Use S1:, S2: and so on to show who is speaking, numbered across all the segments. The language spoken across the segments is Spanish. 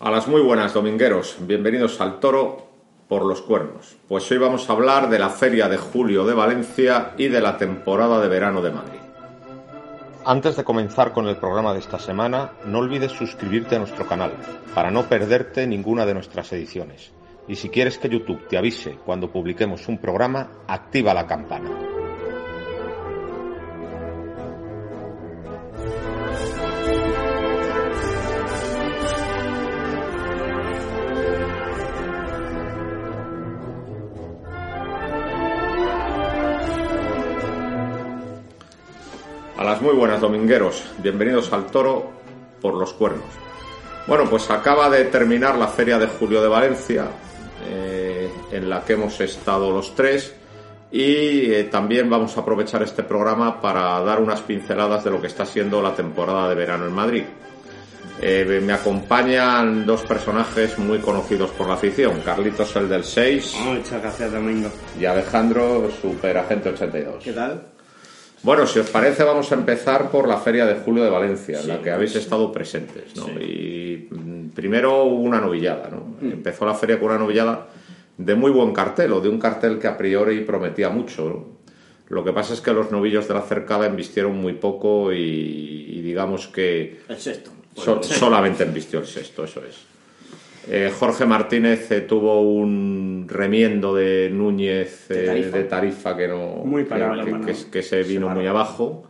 S1: A las muy buenas domingueros, bienvenidos al Toro por los Cuernos. Pues hoy vamos a hablar de la Feria de Julio de Valencia y de la temporada de verano de Madrid. Antes de comenzar con el programa de esta semana, no olvides suscribirte a nuestro canal para no perderte ninguna de nuestras ediciones. Y si quieres que YouTube te avise cuando publiquemos un programa, activa la campana. A las muy buenas domingueros, bienvenidos al Toro por los Cuernos. Bueno, pues acaba de terminar la Feria de Julio de Valencia, eh, en la que hemos estado los tres, y eh, también vamos a aprovechar este programa para dar unas pinceladas de lo que está siendo la temporada de verano en Madrid. Eh, me acompañan dos personajes muy conocidos por la afición, Carlitos el del 6
S2: Muchas gracias, Domingo.
S1: y Alejandro Superagente 82.
S2: ¿Qué tal?
S1: Bueno, si os parece, vamos a empezar por la Feria de Julio de Valencia, en
S2: Sí,
S1: la que habéis estado presentes. ¿no?
S2: Sí.
S1: Y mm, primero hubo una novillada. ¿no?
S2: Mm.
S1: Empezó la feria con una novillada de muy buen cartel, o de un cartel que a priori prometía mucho. ¿no? Lo que pasa es que los novillos de la cercada embistieron muy poco y, y digamos que
S2: El sexto.
S3: Pues
S1: so- solamente embistió el sexto, eso es. Eh, Jorge Martínez eh, tuvo un remiendo de Núñez eh,
S2: De
S1: de
S2: Tarifa.
S1: tarifa, que no
S2: Muy
S1: que-
S2: parado,
S1: que-
S2: parado.
S1: que es- que se vino
S2: paró.
S1: muy abajo.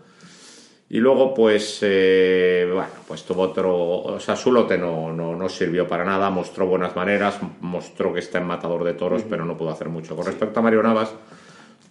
S1: Y luego, pues, eh, bueno, pues tuvo otro. O sea, su lote no, no, no sirvió para nada, mostró buenas maneras, mostró que está en matador de toros, pero no pudo hacer mucho. Con respecto a Mario Navas,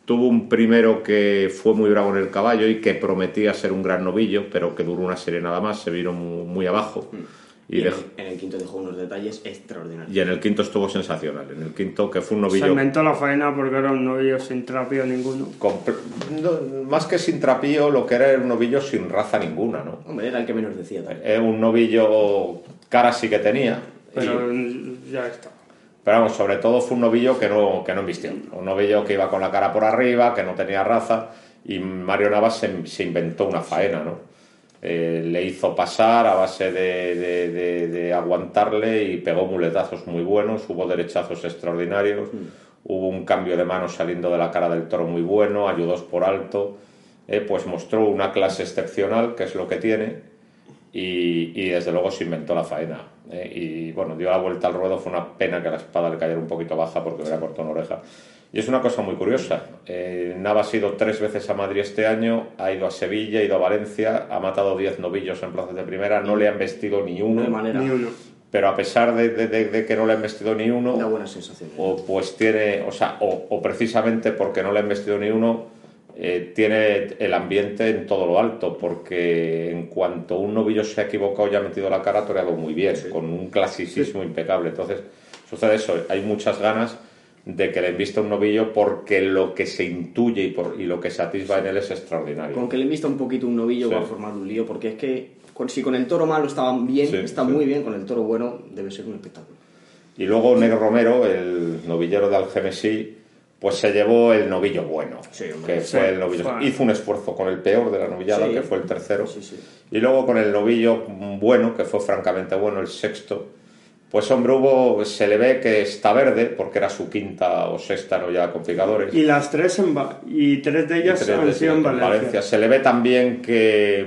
S1: tuvo un primero que fue muy bravo en el caballo y que prometía ser un gran novillo, pero que duró una serie nada más, se vino muy, muy abajo. Y,
S3: Mm. Y en,
S1: dejó-
S3: en el quinto dejó unos detalles extraordinarios.
S1: y en el quinto estuvo sensacional. En el quinto, que fue un novillo.
S4: Se inventó la faena porque era un novillo sin trapío ninguno.
S1: compl- no, más que sin trapío, lo que era un novillo sin raza ninguna, ¿no?
S3: Hombre, era el que menos decía también.
S1: Es un novillo cara sí que tenía.
S4: Pero
S1: y-
S4: ya está.
S1: pero vamos, sobre todo fue un novillo que no, que no embistió. Un novillo que iba con la cara por arriba, que no tenía raza. Y Mario Navas se, se inventó una faena, ¿no? Eh, le hizo pasar a base de, de- de- de aguantarle y pegó muletazos muy buenos, hubo derechazos extraordinarios, hubo un cambio de mano saliendo de la cara del toro muy bueno, ayudos por alto, eh, pues mostró una clase excepcional, que es lo que tiene, y, y desde luego se inventó la faena. ¿eh? Y bueno, dio la vuelta al ruedo, fue una pena que la espada le cayera un poquito baja porque hubiera cortado una oreja. Y es una cosa muy curiosa. Eh, Nava ha ido tres veces a Madrid este año, ha ido a Sevilla, ha ido a Valencia, ha matado 10 novillos en plazas de primera, no le han vestido ni
S3: No
S1: uno.
S3: hay manera.
S4: Ni uno.
S1: Pero a pesar de, de- de- de que no le han vestido ni uno,
S3: Una buena sensación.
S1: o pues tiene, o sea, o, o precisamente porque no le han vestido ni uno, eh, tiene el ambiente en todo lo alto, porque en cuanto un novillo se ha equivocado y ha metido la cara, ha toreado muy bien, con un clasicismo impecable. Entonces, sucede eso, hay muchas ganas de que le invista un novillo porque lo que se intuye y, por- y lo que satisfa en él es extraordinario.
S3: Con que le vista un poquito un novillo
S1: Sí.
S3: va a formar un lío, porque es que con- si con el toro malo estaban bien,
S1: Sí,
S3: está
S1: sí.
S3: muy bien, con el toro bueno debe ser un espectáculo.
S1: Y luego Negro Romero, el novillero de Algemesí, pues se llevó el novillo bueno,
S3: Sí, hombre.
S1: que
S4: Sí,
S1: fue el novillo.
S4: fue-
S1: Hizo un esfuerzo con el peor de la novillada,
S3: Sí.
S1: que fue el tercero.
S3: Sí, sí.
S1: Y luego con el novillo bueno, que fue francamente bueno, el sexto. Pues hombre, hubo, se le ve que está verde, porque era su quinta o sexta novillada con picadores.
S4: Y las tres en Va- y tres de ellas
S1: Y tres
S4: han
S1: de-
S4: sido en Valencia.
S1: Se le ve también que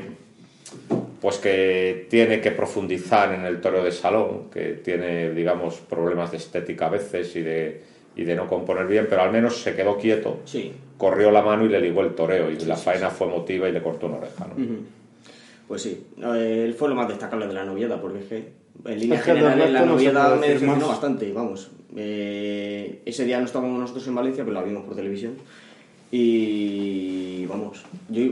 S1: pues que tiene que profundizar en el toro de salón, que tiene, digamos, problemas de estética a veces y de, y de no componer bien, pero al menos se quedó quieto,
S3: Sí.
S1: corrió la mano y le ligó el toreo, y la faena fue emotiva y le cortó una oreja. ¿no?
S3: Pues sí, eh, él fue lo más destacable de la noviedad, porque es que en líneas
S4: Es que de
S3: generales la
S4: Alberto no se
S3: noviedad
S4: puede
S3: me
S4: decir
S3: decepcionó
S4: más.
S3: bastante, vamos. Eh, ese día no estábamos nosotros en Valencia, pero la vimos por televisión. Y vamos, yo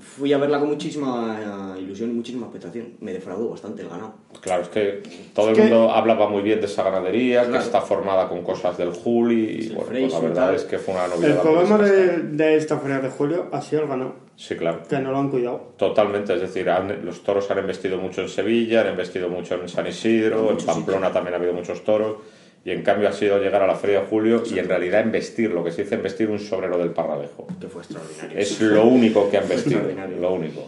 S3: fui a verla con muchísima eh, ilusión y muchísima expectación. Me defraudó bastante el ganado.
S1: Claro, es que todo
S4: Es
S1: el
S4: que-
S1: mundo hablaba muy bien de esa ganadería, que
S3: Claro.
S1: está formada con cosas del Juli, y
S3: Sí,
S1: bueno, pues
S3: Freixo
S1: la
S3: y
S1: verdad
S3: tal.
S1: es que fue una novedad.
S4: El problema de, de esta feria de julio ha sido el ganado,
S1: Sí, claro.
S4: que no lo han cuidado.
S1: Totalmente, es decir, han- los toros han investido mucho en Sevilla, han investido mucho en San Isidro, en
S3: Muchos
S1: Pamplona también ha habido muchos toros, y en cambio ha sido llegar a la Feria de Julio y en realidad investir, lo que se dice investir un sobrero del Parradejo.
S3: que fue extraordinario.
S1: Es lo único que han vestido,
S3: Extraordinario.
S1: lo único.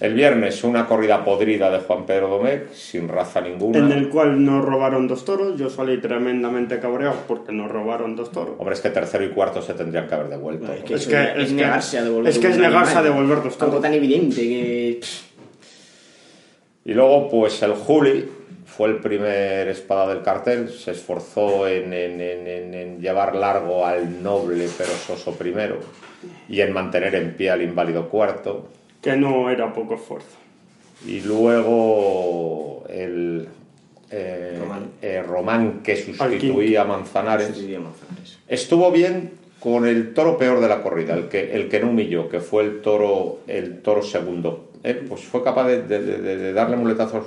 S1: El viernes una corrida podrida de Juan Pedro Domecq, sin raza ninguna.
S4: En el cual nos robaron dos toros, yo salí tremendamente cabreado porque nos robaron dos toros.
S1: Hombre, es que tercero y cuarto se tendrían que haber devuelto.
S3: Bueno,
S4: Es
S3: eso
S4: que-
S3: es,
S4: es que-
S3: negarse a devolver.
S4: es que es
S3: un
S4: negarse
S3: animal.
S4: a devolver dos
S3: Algo
S4: toros.
S3: tan evidente que.
S1: Y luego, pues el Juli fue el primer espada del cartel, se esforzó en, en- en- en- en llevar largo al noble pero soso primero y en mantener en pie al inválido cuarto.
S4: Que no era poco esfuerzo.
S1: Y luego el eh, eh,
S3: Román.
S1: Román. que sustituía a Manzanares.
S3: Diría Manzanares.
S1: Estuvo bien con el toro peor de la corrida, el que, el que no humilló, que fue el toro, el toro segundo. Eh, Pues fue capaz de, de- de- de darle muletazos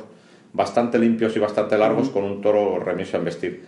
S1: bastante limpios y bastante largos con un toro remiso en vestir.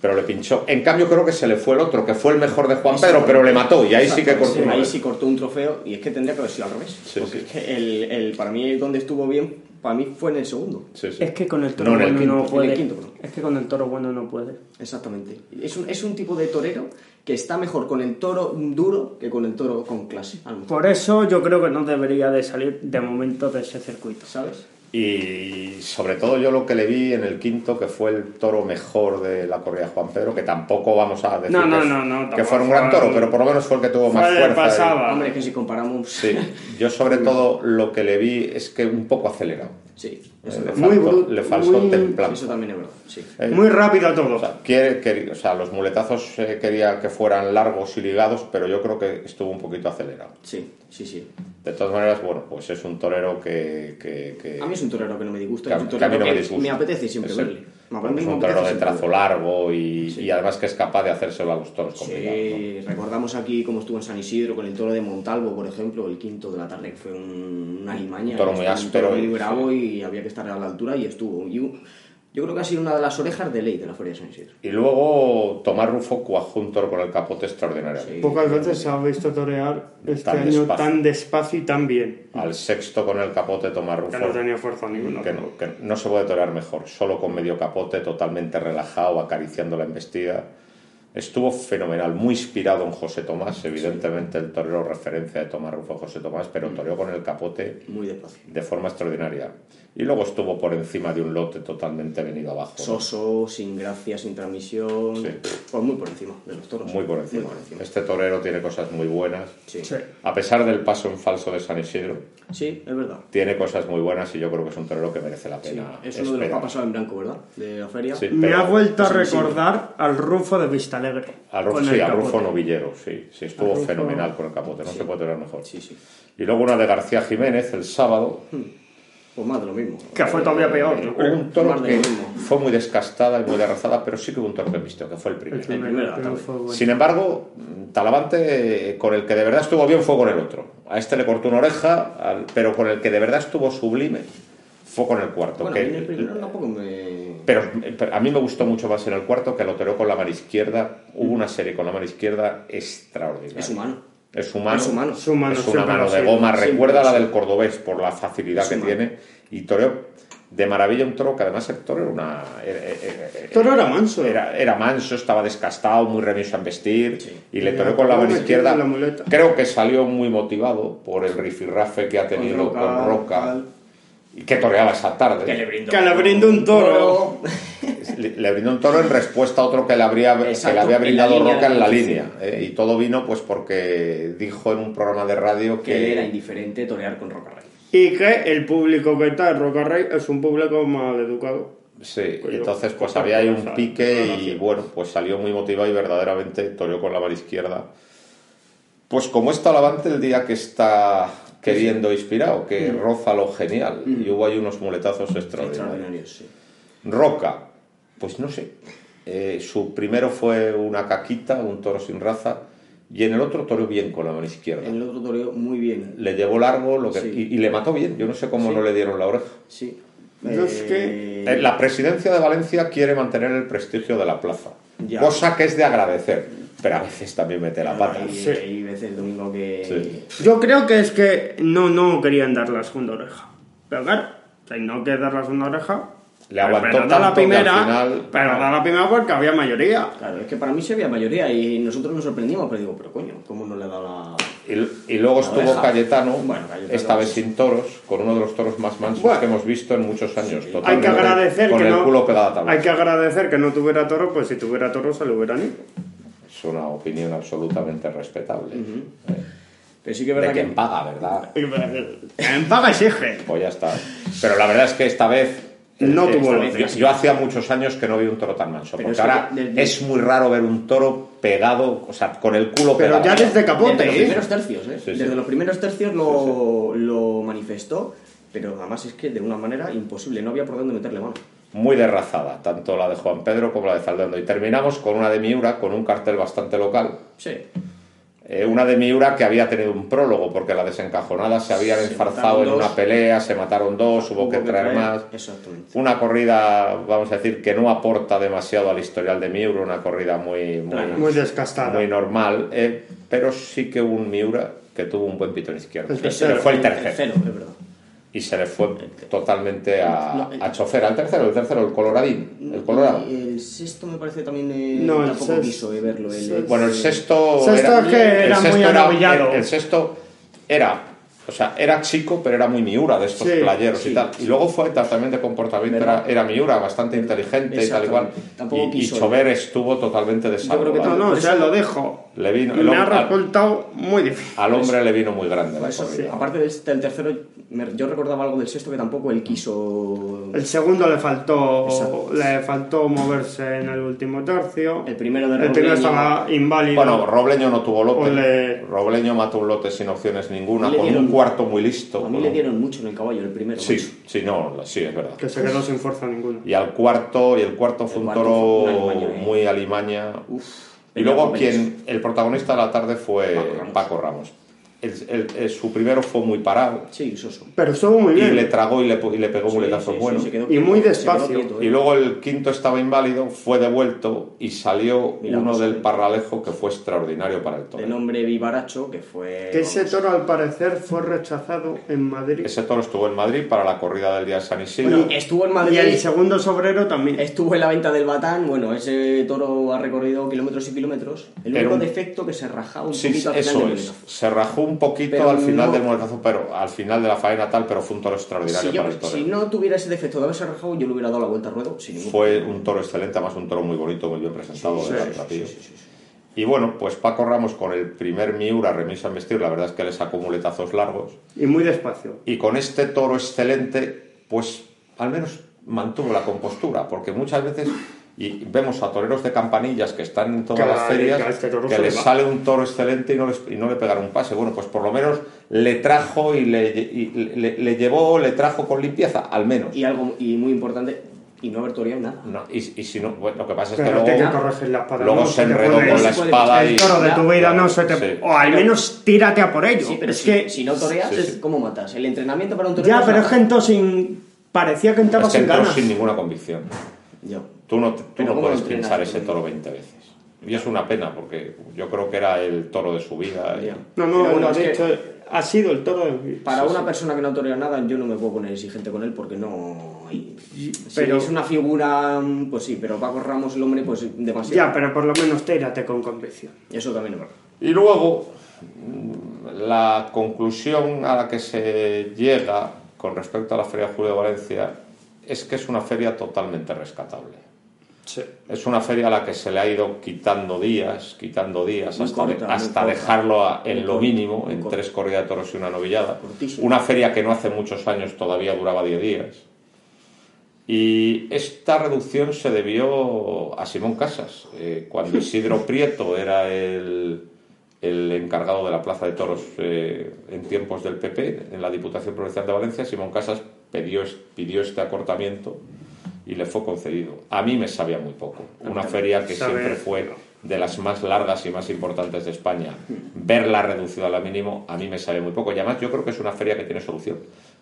S1: Pero le pinchó. En cambio, creo que se le fue el otro, que fue el mejor de Juan Pedro, pero le mató y ahí sí que
S3: Exacto,
S1: cortó.
S3: sí,
S1: una
S3: Ahí
S1: vez.
S3: sí cortó un trofeo y es que tendría que haber sido al revés.
S1: Sí,
S3: porque
S1: sí.
S3: es que el, el- para mí donde estuvo bien, para mí fue en el segundo.
S1: Sí, sí.
S2: Es que con el toro
S1: No, en el
S2: bueno
S1: quinto.
S2: no puede.
S3: En el quinto, perdón.
S2: es que con el toro bueno no puede.
S3: Exactamente. Es un, es un tipo de torero que está mejor con el toro duro que con el toro con clase, a lo mejor.
S2: Por eso yo creo que no debería de salir de momento de ese circuito.
S3: ¿Sabes?
S1: Y sobre todo yo lo que le vi en el quinto, que fue el toro mejor de la corrida de Juan Pedro, que tampoco vamos a decir
S4: No, no,
S1: que,
S4: no, no,
S1: que fue un
S4: tampoco
S1: gran
S4: fue-
S1: toro, pero por lo menos fue el que tuvo más
S4: Fue-
S1: fuerza. y-
S4: pasaba.
S3: Hombre, que si comparamos.
S1: Sí, yo sobre todo lo que le vi es que un poco acelerado.
S3: Sí,
S1: Eh,
S3: eso,
S1: Le
S3: también-
S1: faltó,
S4: Muy bru-
S1: le faltó
S4: muy-
S1: templanza.
S3: eso también es verdad. Sí.
S1: Eh,
S4: Muy rápido todo.
S1: o sea, quiere, quer- o sea, los muletazos eh, quería que fueran largos y ligados, pero yo creo que estuvo un poquito acelerado.
S3: Sí, sí, sí.
S1: De todas maneras, bueno, pues es un torero que... que- que-
S3: A mí es un torero que no me disgusta,
S1: que a-
S3: es un
S1: que a mí
S3: torero
S1: no
S3: que
S1: me
S3: me,
S1: disgusta.
S3: apetece siempre
S1: Es el-
S3: verle. Me
S1: bueno, es
S3: apetece
S1: un torero de
S3: siempre
S1: trazo
S3: verle.
S1: largo y,
S3: Sí.
S1: y además que es capaz de hacérselo a los toros complicados. ¿no?
S3: Sí, recordamos aquí cómo estuvo en San Isidro con el toro de Montalvo, por ejemplo, el quinto de la tarde, que fue un, una limaña.
S1: Un toro muy
S3: estaba un
S1: áspero,
S3: toro muy
S1: sí.
S3: bravo y había que estar a la altura y estuvo. Y un- yo creo que ha sido una de las orejas de ley de la Feria de San Isidro.
S1: Y luego Tomás Rufo cuajó un toro con el capote extraordinario.
S3: Sí.
S4: Pocas veces se ha visto torear este
S1: Tan
S4: año
S1: despacio.
S4: tan despacio y tan bien.
S1: Al sexto con el capote Tomás Rufo.
S4: Que no tenía fuerza ninguna.
S1: que no, que no se puede torear mejor, solo con medio capote, totalmente relajado, acariciando la embestida. Estuvo fenomenal, muy inspirado en José Tomás, evidentemente el torero referencia de Tomás Rufo José Tomás, pero
S3: Mm.
S1: toreó con el capote
S3: Muy despacio.
S1: de forma extraordinaria. Y luego estuvo por encima de un lote totalmente venido abajo. ¿no?
S3: Soso, sin gracia, sin transmisión.
S1: Sí.
S3: Pues muy por encima de los toros.
S1: Muy por encima. Este torero tiene cosas muy buenas.
S3: Sí.
S2: Sí.
S3: Sí.
S1: A pesar del paso en falso de San Isidro,
S3: es verdad.
S1: tiene cosas muy buenas y yo creo que es un torero que merece la
S3: Sí.
S1: pena.
S3: Es uno de los que ha
S1: esperar.
S3: pasado en blanco, ¿verdad? De la feria.
S1: Sí.
S2: Me
S1: Pero-
S2: ha vuelto a
S3: Sí, sí.
S2: recordar al Rufo de Vistalegre.
S1: Al Rufo,
S2: con el
S1: sí, al
S2: capote.
S1: Rufo Novillero, sí, sí, estuvo
S2: Al Rufo-
S1: fenomenal con el capote, no se puede tener mejor.
S3: Sí, sí.
S1: Y luego una de García Jiménez el sábado,
S3: Pues más de lo mismo.
S2: Que Mm. fue todavía peor. yo creo.
S1: un toro
S3: Más de
S1: que
S3: lo mismo.
S1: fue muy descastada y muy derrazada, pero sí que hubo un toro que vistió, que fue el primero.
S3: El primero,
S4: pero
S3: tal vez.
S4: fue bueno.
S1: Sin embargo, Talavante eh, con el que de verdad estuvo bien fue con el otro. A este le cortó una oreja, al- pero con el que de verdad estuvo sublime fue con el cuarto.
S3: Bueno,
S1: que-
S3: a mí en el primero tampoco me.
S1: Pero, pero a mí me gustó mucho más en el cuarto que lo toreó con la mano izquierda. Hubo una serie con la mano izquierda extraordinaria.
S3: Es humano.
S1: Es humano.
S3: Es humano.
S1: Es
S4: Es humano,
S1: una
S4: siempre
S1: mano
S4: lo
S1: de
S4: ha sido.
S1: goma.
S3: Siempre
S1: Recuerda
S3: lo ha
S1: la
S3: sido.
S1: del cordobés por la facilidad
S3: Es
S1: que
S3: humano.
S1: tiene. Y toreó de maravilla un toro que además el toro era una... Era, era- era-
S4: Toro era manso.
S1: era- era manso, estaba descastado, muy remiso en vestir.
S3: Sí.
S1: Y le
S4: Y
S1: toreó
S4: acabó
S1: con la mano
S4: metiendo
S1: izquierda.
S4: la muleta.
S1: Creo que salió muy motivado por el rifirrafe que ha tenido con Roca.
S3: tal.
S1: y que toreaba esa tarde.
S3: Que le brindó.
S4: Que le brindó un toro.
S1: Le, le brindó un toro en respuesta a otro que le, habría, que
S3: Exacto,
S1: le había
S3: en la
S1: brindado
S3: línea
S1: Roca
S3: de
S1: en la
S3: la
S1: línea. ¿eh? Y todo vino pues porque dijo en un programa de radio que...
S3: Que le era indiferente torear con Roca Rey.
S4: Y que el público que está en Roca Rey es un público mal educado.
S1: Sí, y
S4: Pues yo-
S1: entonces pues
S4: cosa
S1: había ahí
S4: que
S1: un
S4: pasa,
S1: pique
S4: no, no,
S1: y
S4: sí.
S1: bueno, pues salió muy motivado y verdaderamente toreó con la mano izquierda. Pues como es Talavante el día que está queriendo inspirado, que roza lo genial. Y hubo ahí unos muletazos extraordinarios.
S3: Extraordinario, sí.
S1: Roca, pues no sé. Eh, su primero fue una caquita, un toro sin raza, y en el otro toreó bien con la mano izquierda.
S3: En el otro toreo, muy bien.
S1: Le llevó largo lo que,
S3: Sí.
S1: y, y le mató bien. Yo no sé cómo
S3: Sí.
S1: no le dieron la oreja.
S3: Sí.
S4: Yo es
S3: Eh,
S1: Eh, La presidencia de Valencia quiere mantener el prestigio de la plaza,
S3: Ya.
S1: cosa que es de agradecer, pero a veces también mete la pata.
S3: Hay,
S4: Sí.
S3: hay veces el domingo que.
S1: Sí.
S4: Yo creo que es que no, no querían dar la segunda oreja. Pero claro, si no quieres dar la segunda oreja,
S1: Le aguantó
S4: pero da
S1: tanto que
S4: la primera,
S1: al final.
S4: pero da la primera porque había mayoría.
S3: Claro, es que para mí se veía mayoría y nosotros nos sorprendimos, pero digo, pero coño, ¿cómo no le ha dado la...?
S1: Y, y luego
S3: La
S1: estuvo
S3: oveja.
S1: Cayetano,
S3: Bueno, Cayetano
S1: esta vez
S3: es-
S1: sin toros, con uno de los toros más mansos
S4: Bueno.
S1: que hemos visto en muchos años. totalmente
S4: Hay que agradecer
S1: con
S4: que
S1: el
S4: no.
S1: culo pegado a la tabla.
S4: Hay que agradecer que no tuviera toro, pues si tuviera toro se lo hubieran ido.
S1: Es una opinión absolutamente respetable.
S3: Pero sí que es
S1: De
S3: verdad
S1: quien
S3: que...
S1: paga, ¿verdad?
S4: En paga exige.
S1: Pues ya está. Pero la verdad es que esta vez. eh,
S4: No
S1: esta
S4: tuvo la
S1: vez- yo,
S4: vez.
S1: yo hacía muchos años que no vi un toro tan manso.
S3: Pero
S1: porque
S3: es que
S1: ahora
S3: de- de-
S1: es muy raro ver un toro pegado, o sea, con el culo
S4: Pero
S1: pegado.
S4: ya desde
S3: Desde los
S4: capote, ¿eh?
S3: primeros tercios, ¿eh?
S1: Sí, sí.
S3: Desde los primeros tercios lo, lo manifestó, pero además es que de una manera imposible, no había por dónde meterle mano.
S1: Muy derrazada, tanto la de Juan Pedro como la de Zaldondo. Y terminamos con una de Miura, con un cartel bastante local.
S3: Sí.
S1: Eh, una de Miura que había tenido un prólogo, porque la desencajonada se habían
S3: Se
S1: enfarzado en
S3: mataron dos.
S1: una pelea, se mataron dos, hubo,
S3: Hubo
S1: que traer más.
S3: Exactamente.
S1: Una corrida, vamos a decir, que no aporta demasiado al historial de Miura, una corrida muy, muy,
S3: Plana.
S4: Muy descastada.
S1: muy normal, eh, pero sí que hubo un Miura que tuvo un buen pitón izquierdo.
S4: El
S1: Se
S4: tercero.
S1: le fue el tercero.
S3: tercero, es verdad.
S1: Y se le fue totalmente a,
S3: No, el-
S1: a chofer. Al tercero, el tercero, el coloradín. El colorado.
S3: Y el sexto me parece también eh,
S4: No, el
S3: tampoco
S4: sexto-
S3: quiso eh, verlo. El,
S4: sexto-
S1: Bueno, el sexto.
S4: Sexto es que
S1: el
S4: era
S1: sexto
S4: muy
S1: era-
S4: anobillado.
S1: El, el sexto era. O sea, era chico, pero era muy miura de estos
S4: Sí,
S1: playeros y
S3: sí,
S1: tal. Y luego fue también de comportamiento, era,
S3: ¿Verdad?
S1: era miura, bastante inteligente y tal y cual.
S3: Exactamente. Tampoco
S1: Y, y
S3: quiso, ¿eh?
S1: Chover estuvo totalmente
S3: creo que
S4: No,
S1: desalojado.
S4: no, o sea, lo dejo.
S1: Le vino, el
S4: Me ha
S1: hombre- al,
S4: resultado muy difícil.
S1: al hombre le vino muy grande la
S3: Por eso,
S1: corrida.
S3: aparte del, del tercero, me- yo recordaba algo del sexto que tampoco él quiso.
S4: El segundo le faltó
S3: Exacto.
S4: le faltó moverse en el último tercio.
S3: El primero de
S4: El primero
S3: Robleño.
S4: estaba inválido.
S1: Bueno, Robleño no tuvo lote.
S4: Ole.
S1: Robleño mató un lote sin opciones ninguna,
S3: A mí pues le
S1: con un
S3: dieron-
S1: cuarto muy listo.
S3: A
S1: con
S3: mí le
S1: un-
S3: dieron mucho en el caballo, el primero. macho.
S1: Sí, sí, no, sí, es verdad.
S4: que se quedó sin fuerza ninguna.
S1: Y al cuarto, y el cuarto fue
S3: El
S1: un
S3: cuarto
S1: toro
S3: fue un alimaña, ¿eh?
S1: muy alimaña.
S3: Uf.
S1: y
S3: Venga,
S1: luego
S3: Robleño.
S1: quien, el protagonista de la tarde fue
S3: Paco Ramos.
S1: Paco Ramos. El- el- el- su primero fue muy parado
S3: Sí, Soso.
S4: Pero estuvo muy
S1: y
S4: bien.
S1: le tragó y le, pu- y le pegó un
S3: Sí,
S1: muletazo
S3: sí, sí,
S1: bueno.
S3: se quedó
S4: Y muy
S3: quieto,
S4: despacio.
S3: se quedó quieto, eh.
S1: Y luego el quinto estaba inválido, fue devuelto y salió uno
S3: Milagros.
S1: del parralejo que fue extraordinario para el
S3: De
S1: toro.
S3: nombre Vivaracho, que fue.
S4: Que ese
S3: vamos,
S4: toro al parecer fue rechazado en Madrid.
S1: Ese toro estuvo en Madrid para la corrida del día de San Isidro.
S3: Bueno, estuvo en Madrid.
S4: Y el segundo sobrero también.
S3: Estuvo en la venta del Batán, bueno, ese toro ha recorrido kilómetros y kilómetros. El
S1: Era
S3: único
S1: un-
S3: defecto que se rajaba un
S1: Sí,
S3: poquito al final
S1: eso
S3: del
S1: es.
S3: muletazo.
S1: Se rajó un poquito
S3: Pero
S1: al final
S3: no-
S1: del muletazo, pero al final de la faena tal, pero fue un toro extraordinario
S3: Si, yo-
S1: para el toro.
S3: si no tuviera ese defecto de haberse rajado, yo le hubiera dado la vuelta al ruedo sin ningún
S1: Fue un toro excelente, además un toro muy bonito, muy bien presentado
S3: Sí,
S1: de
S4: sí,
S1: Latratillo.
S3: Sí, sí, sí.
S1: Y bueno, pues Paco Ramos con el primer Miura remisa en vestir, la verdad es que le sacó muletazos largos.
S4: Y muy despacio.
S1: Y con este toro excelente, pues al menos mantuvo la compostura, porque muchas veces y vemos a toreros de campanillas que están en todas
S4: Claro,
S1: las
S4: claro,
S1: ferias
S4: este toro
S1: que
S4: se
S1: les
S4: le va.
S1: sale un toro excelente y no, les- y no le pegaron un pase. Bueno, pues por lo menos le trajo y le, y le- le llevó, le trajo con limpieza, al menos.
S3: Y algo y muy importante, y no haber toreado nada.
S1: No, y, y si no, bueno, lo que pasa es que
S4: Pero
S1: luego,
S4: hay que corregir la espada,
S1: luego
S4: ¿no?
S1: se
S4: Se te
S1: enredó
S4: puede-
S1: con la
S3: se puede-
S1: espada y...
S4: El toro de tu vida no se te... Oh,
S1: Sí.
S4: O al menos tírate a por ello.
S3: Sí, pero
S4: es
S3: si,
S4: que...
S3: si no toreas,
S1: Sí, sí.
S3: es- ¿cómo matas? El entrenamiento para un torero.
S4: Ya,
S3: es
S4: pero es
S3: matar.
S4: que entonces sin... parecía que entraba
S1: Es que
S4: sin
S1: entró
S4: ganas.
S1: sin ninguna convicción.
S3: Ya.
S1: Tú no, tú
S3: Pero
S1: no
S3: ¿cómo
S1: puedes
S3: lo entrenas?
S1: pinchar ese toro 20 veces. Y es una pena, porque yo creo que era el toro de su vida. y-
S3: Ya.
S4: No,
S3: Pero
S4: no,
S3: bueno,
S4: lo has
S3: es que
S4: dicho. Ha sido el toro de mi vida.
S3: Para una persona que no torea nada, yo no me puedo poner exigente con él porque no. hay- Si
S4: pero-
S3: es una figura, pues sí, pero Paco Ramos, el hombre, pues demasiado.
S4: Ya, pero por lo menos tírate con convicción.
S3: Eso también es verdad.
S1: Y luego, mm, la conclusión a la que se llega con respecto a la Feria Julio de Valencia es que es una feria totalmente rescatable.
S4: Sí.
S1: Es una feria a la que se le ha ido quitando días, quitando días,
S3: Muy
S1: hasta,
S3: corta, muy
S1: hasta
S3: corta.
S1: dejarlo a-
S3: Muy
S1: en lo
S3: corta,
S1: mínimo,
S3: muy
S1: en
S3: corta.
S1: tres corridas de toros y una novillada.
S3: Cortísimo.
S1: Una feria que no hace muchos años todavía duraba 10 días. Y esta reducción se debió a Simón Casas, eh, cuando Isidro Prieto era el, el encargado de la Plaza de Toros eh, en tiempos del PP, en la Diputación Provincial de Valencia, Simón Casas pidió, es- pidió este acortamiento y le fue concedido. A mí me sabía muy poco. Una feria que
S4: Sabe-
S1: siempre fue de las más largas y más importantes de España, verla reducida a la mínimo, a mí me sabe muy poco. Y además yo creo que es una feria que tiene solución,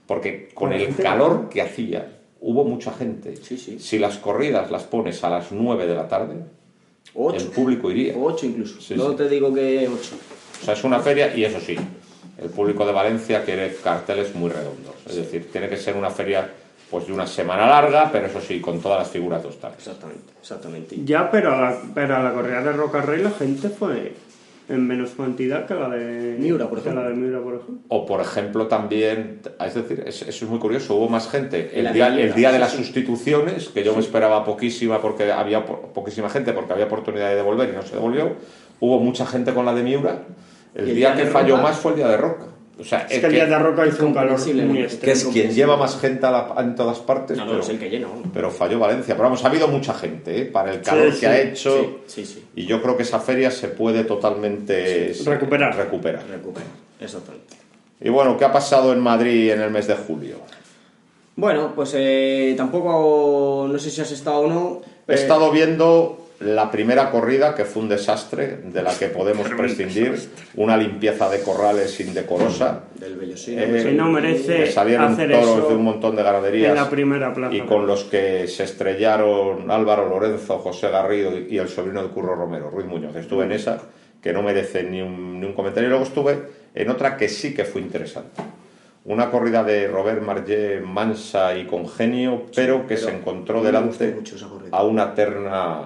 S1: porque con el calor que hacía, hubo mucha gente.
S3: Sí, sí.
S1: Si las corridas las pones a las 9 de la tarde, el
S3: Ocho.
S1: público iría.
S3: O ocho incluso.
S1: Sí,
S3: no
S1: sí.
S3: te digo que ocho.
S1: O sea, es una feria y eso sí, el público de Valencia quiere carteles muy redondos. Es decir, tiene que ser una feria pues de una semana larga, pero eso sí, con todas las figuras de obstáculos.
S3: Exactamente, exactamente.
S4: Ya, pero a la, pero a la corrida de Roca Rey la gente fue en menos cantidad que la de
S3: Miura, por
S4: que
S3: ejemplo.
S4: la de Miura, por ejemplo.
S1: O por ejemplo también, es decir, es- eso es muy curioso, hubo más gente
S3: En la
S1: el día,
S3: de
S1: el
S3: Miura,
S1: día de
S3: sí,
S1: las
S3: sí.
S1: sustituciones, que yo me esperaba poquísima porque había po- poquísima gente, porque había oportunidad de devolver y no se devolvió, hubo mucha gente con la de Miura, el,
S3: Y el
S1: día,
S3: día
S1: que
S3: de
S1: falló
S3: Roca.
S1: más fue el día de Roca. O sea,
S4: Es que el día de Roca hizo un calor
S3: comprensible,
S4: muy
S3: ¿no?
S4: extremo.
S1: que es quien lleva más gente a la- en todas partes,
S3: No, no,
S1: pero,
S3: es el que llena, vamos.
S1: pero falló Valencia. Pero vamos, ha habido mucha gente, ¿eh? para el calor que
S4: sí,
S1: ha hecho.
S3: Sí, sí, sí.
S1: Y yo creo que esa feria se puede totalmente
S4: Sí,
S1: se-
S4: recuperar.
S1: recuperar.
S3: Recupera, exactamente.
S1: Y bueno, ¿qué ha pasado en Madrid en el mes de julio?
S3: Bueno, pues eh, tampoco, no sé si has estado o no.
S1: He
S3: eh,
S1: estado viendo la primera corrida, que fue un desastre, de la que podemos
S4: Tremendo
S1: prescindir, una limpieza de corrales indecorosa.
S3: Del Bellosino.
S1: Eh,
S4: Que no merece
S1: que salieron
S4: hacer
S1: toros
S4: eso
S1: de un montón de ganaderías
S4: en la primera plaza.
S1: y con los que se estrellaron Álvaro Lorenzo, José Garrido y el sobrino de Curro Romero, Ruiz Muñoz. Estuve en esa, que no merece ni un, ni un comentario. Y luego estuve en otra que sí que fue interesante. Una corrida de Robert Margé mansa y congenio, pero que
S3: pero
S1: se encontró
S3: me
S1: delante
S3: gustó mucho esa corrida.
S1: a una terna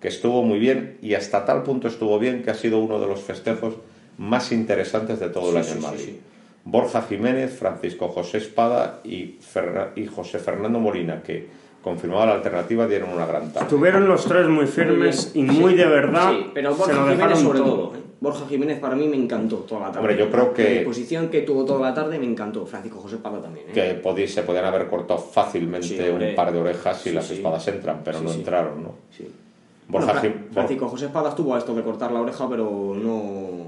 S1: que estuvo muy bien y hasta tal punto estuvo bien que ha sido uno de los festejos más interesantes de todo el año
S3: Sí, sí,
S1: en
S3: sí,
S1: Madrid.
S3: sí.
S1: Borja Jiménez, Francisco José Espada y, Ferna- y José Fernando Molina, que confirmaba la alternativa, dieron una gran tarde.
S4: Estuvieron los tres muy firmes y muy de verdad.
S3: Sí, pero
S4: se
S3: Borja
S4: lo
S3: Jiménez
S4: dejaron
S3: sobre
S4: todo.
S3: todo. ¿eh? Borja Jiménez para mí me encantó toda la tarde.
S1: Hombre, yo creo que-
S3: La disposición que tuvo toda la tarde me encantó. Francisco José Pablo también. ¿eh?
S1: Que podí- se podían haber cortado fácilmente
S3: Sí, hombre.
S1: un par de orejas si
S3: Sí,
S1: las
S3: sí.
S1: espadas entran, pero
S3: Sí,
S1: no
S3: sí.
S1: entraron, ¿no?
S3: Sí.
S1: Borja
S3: Bueno, Fra-
S1: Jim- Bor-
S3: Francisco José Espada estuvo a esto de cortar la oreja, pero no,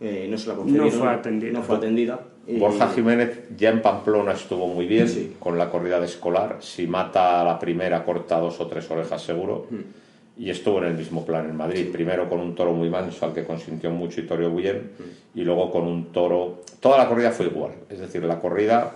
S3: eh, no se la concedieron.
S4: No fue atendida.
S3: No fue atendida. Y-
S1: Borja Jiménez ya en Pamplona estuvo muy bien
S3: Sí.
S1: con la corrida de escolar. Si mata a la primera, corta dos o tres orejas seguro.
S3: Mm.
S1: Y estuvo en el mismo plan en Madrid. Primero con un toro muy manso al que consintió mucho y toreó muy bien.
S3: Mm.
S1: Y luego con un toro. Toda la corrida fue igual. Es decir, la corrida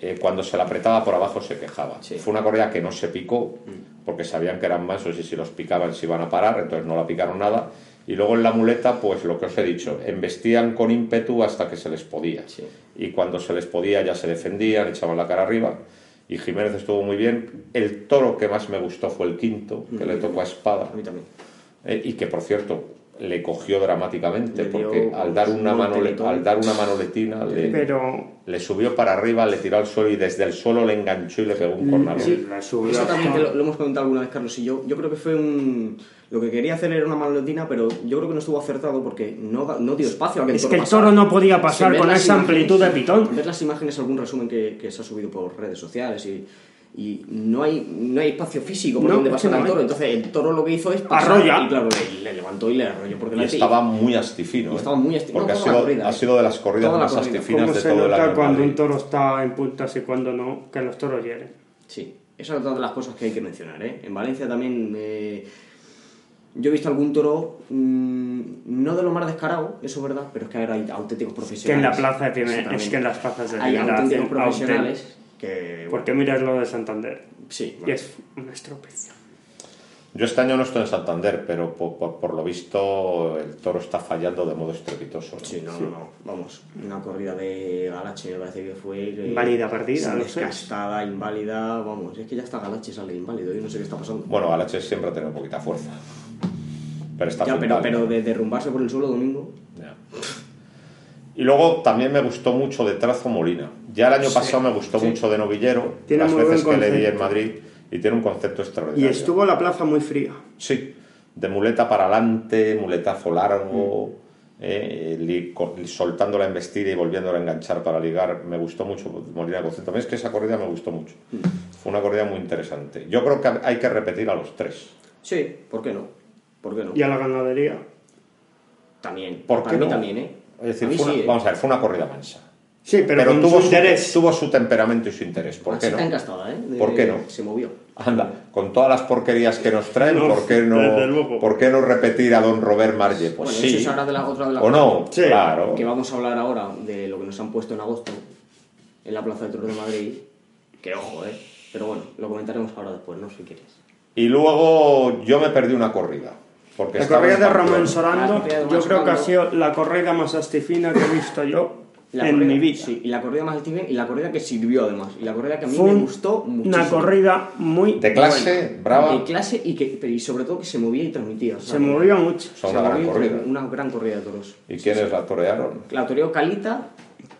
S1: eh, cuando se la apretaba por abajo se quejaba.
S3: Sí. Mm.
S1: Fue una corrida que no se picó porque sabían que eran mansos y si los picaban se iban a parar, entonces no la picaron nada. Y luego en la muleta, pues lo que os he dicho, embestían con ímpetu hasta que se les podía.
S3: Sí.
S1: Y cuando se les podía ya se defendían, echaban la cara arriba. Y Jiménez estuvo muy bien. El toro que más me gustó fue el quinto, que le tocó a espada.
S3: A mí también.
S1: Eh, y que por cierto le cogió dramáticamente
S3: Le dio,
S1: porque al dar
S3: pues,
S1: una
S3: un
S1: mano
S3: teletón.
S1: al dar una manoletina le,
S4: Pero
S1: le subió para arriba, le tiró al suelo y desde el suelo le enganchó y le pegó
S3: Mm,
S1: un cornalón.
S4: la subió
S3: Eso también
S4: hasta-
S3: que lo, lo hemos comentado alguna vez, Carlos y yo. Yo creo que fue un. Lo que quería hacer era una malotina, pero yo creo que no estuvo acertado porque no, no dio espacio a que el
S4: Es
S3: toro
S4: que el
S3: pasara.
S4: toro no podía
S3: Se
S4: pasar
S3: ven
S4: con
S3: las
S4: esa
S3: imágenes,
S4: amplitud de
S3: sí.
S4: pitón.
S3: Ver las imágenes, algún resumen que, que se ha subido por redes sociales y, y no, hay, no hay espacio físico por
S4: No,
S3: donde
S4: es que
S3: pasar
S4: no
S3: al
S4: hay.
S3: toro. Entonces el toro lo que hizo es pasar
S4: Arrolla.
S3: y claro, le, le levantó y le arrolló porque
S1: Y
S3: la
S1: estaba muy astifino.
S3: y
S1: ¿eh?
S3: estaba muy asti-
S1: Porque
S3: no,
S1: ha,
S3: toda la
S1: sido,
S3: corrida,
S1: ha
S3: ¿eh?
S1: sido de las corridas
S3: Toda la
S1: más
S3: corrida.
S1: astifinas
S4: ¿Cómo
S1: de
S4: se
S1: todo el año.
S4: nota
S1: en
S4: cuando
S1: Madrid.
S4: un toro está en puntas y cuando no? Que los toros hieren.
S3: Sí, esa es otra de las cosas que hay que mencionar. ¿eh? En Valencia también eh, yo he visto algún toro, mm, no de lo más descarado, eso es verdad, pero es que ahora hay auténticos profesionales.
S4: Que en la plaza tiene-
S3: Exactamente.
S4: es que en las plazas de
S3: Hay
S4: Trinidad,
S3: auténticos
S4: autént-
S3: profesionales que...
S4: Porque miras lo de Santander.
S3: sí,
S4: Y
S3: bueno.
S4: es una estropeza.
S1: Yo este año no estoy en Santander, pero po- po- por, lo visto el toro está fallando de modo estrepitoso. ¿no?
S3: Sí, no, no, no. Vamos, una corrida de Galache me parece que fue. que-
S4: Inválida perdida,
S3: sí,
S4: no sé.
S3: Desgastada, inválida, vamos. Es que ya está Galache sale inválido, yo no sé qué está pasando.
S1: Bueno, Alache siempre ha tenido poquita fuerza. Pero está
S3: ya, pero,
S1: fundado.
S3: pero de derrumbarse por el suelo domingo.
S1: Ya. Y luego también me gustó mucho de Trazo Molina. Ya el año pasado me gustó mucho de Novillero,
S4: Tiene
S1: las
S4: muy buen
S1: veces que le di en
S4: concepto.
S1: Madrid, y tiene un concepto
S4: Y
S1: extraordinario.
S4: estuvo la plaza muy fría.
S1: Sí, de muleta para adelante, muletazo largo, eh, li- co- soltando la embestida y volviéndola a enganchar para ligar. Me gustó mucho Molina Concepto. A mí es que esa corrida me gustó mucho. Fue una corrida muy interesante. Yo creo que hay que repetir a los tres.
S3: Sí, ¿por qué no? ¿Por qué no?
S4: Y a la ganadería.
S3: También.
S1: ¿Por
S3: Para
S1: qué
S3: mí
S1: no?
S3: también, ¿eh?
S1: Es decir,
S3: A mí
S1: fue una-
S3: sí, ¿eh?
S1: vamos a ver, fue una corrida mansa.
S4: Sí, pero,
S1: Pero
S4: con
S1: tuvo
S4: su
S1: su,
S4: interés.
S1: tuvo su temperamento y su interés. ¿Por
S3: Así
S1: qué no?
S3: está encastada, ¿eh? De-
S1: ¿Por qué no?
S3: Se movió.
S1: Anda, con todas las porquerías que nos traen,
S4: No,
S1: ¿por, qué
S4: desde luego.
S1: no, ¿por qué no repetir a don Robert Marge? Pues
S3: bueno,
S1: sí.
S3: eso es ahora de la otra de la
S1: ¿O no?
S4: Sí.
S1: Claro.
S3: Que vamos a hablar ahora de lo que nos han puesto en agosto en la Plaza de Toros de Madrid. Que ojo, ¿eh? Pero bueno, lo comentaremos ahora después, ¿no? Si quieres.
S1: Y luego yo me perdí una corrida. Porque
S4: La
S1: estaba
S4: corrida
S1: en
S4: de
S1: Pamplona.
S4: Román
S3: La
S4: Sorando,
S3: corrida de Román
S4: yo creo que ha
S3: Sorando.
S4: sido la corrida más astifina que he visto yo
S3: La
S4: en
S3: corrida-
S4: mi vida.
S3: Sí, y la corrida más Steven y la corrida que sirvió además. Y la corrida que a mí
S2: Fue
S3: me
S2: un-
S3: gustó muchísimo.
S2: Una corrida muy.
S1: De clase, brava.
S3: De clase y, que, pero y sobre todo que se movía y transmitía. o sea,
S4: Se movía mucho.
S1: Son
S3: se
S1: una gran
S3: movía
S1: corrida.
S3: Una gran corrida de toros.
S1: ¿Y quién es la torearon?
S3: La toreó Calita,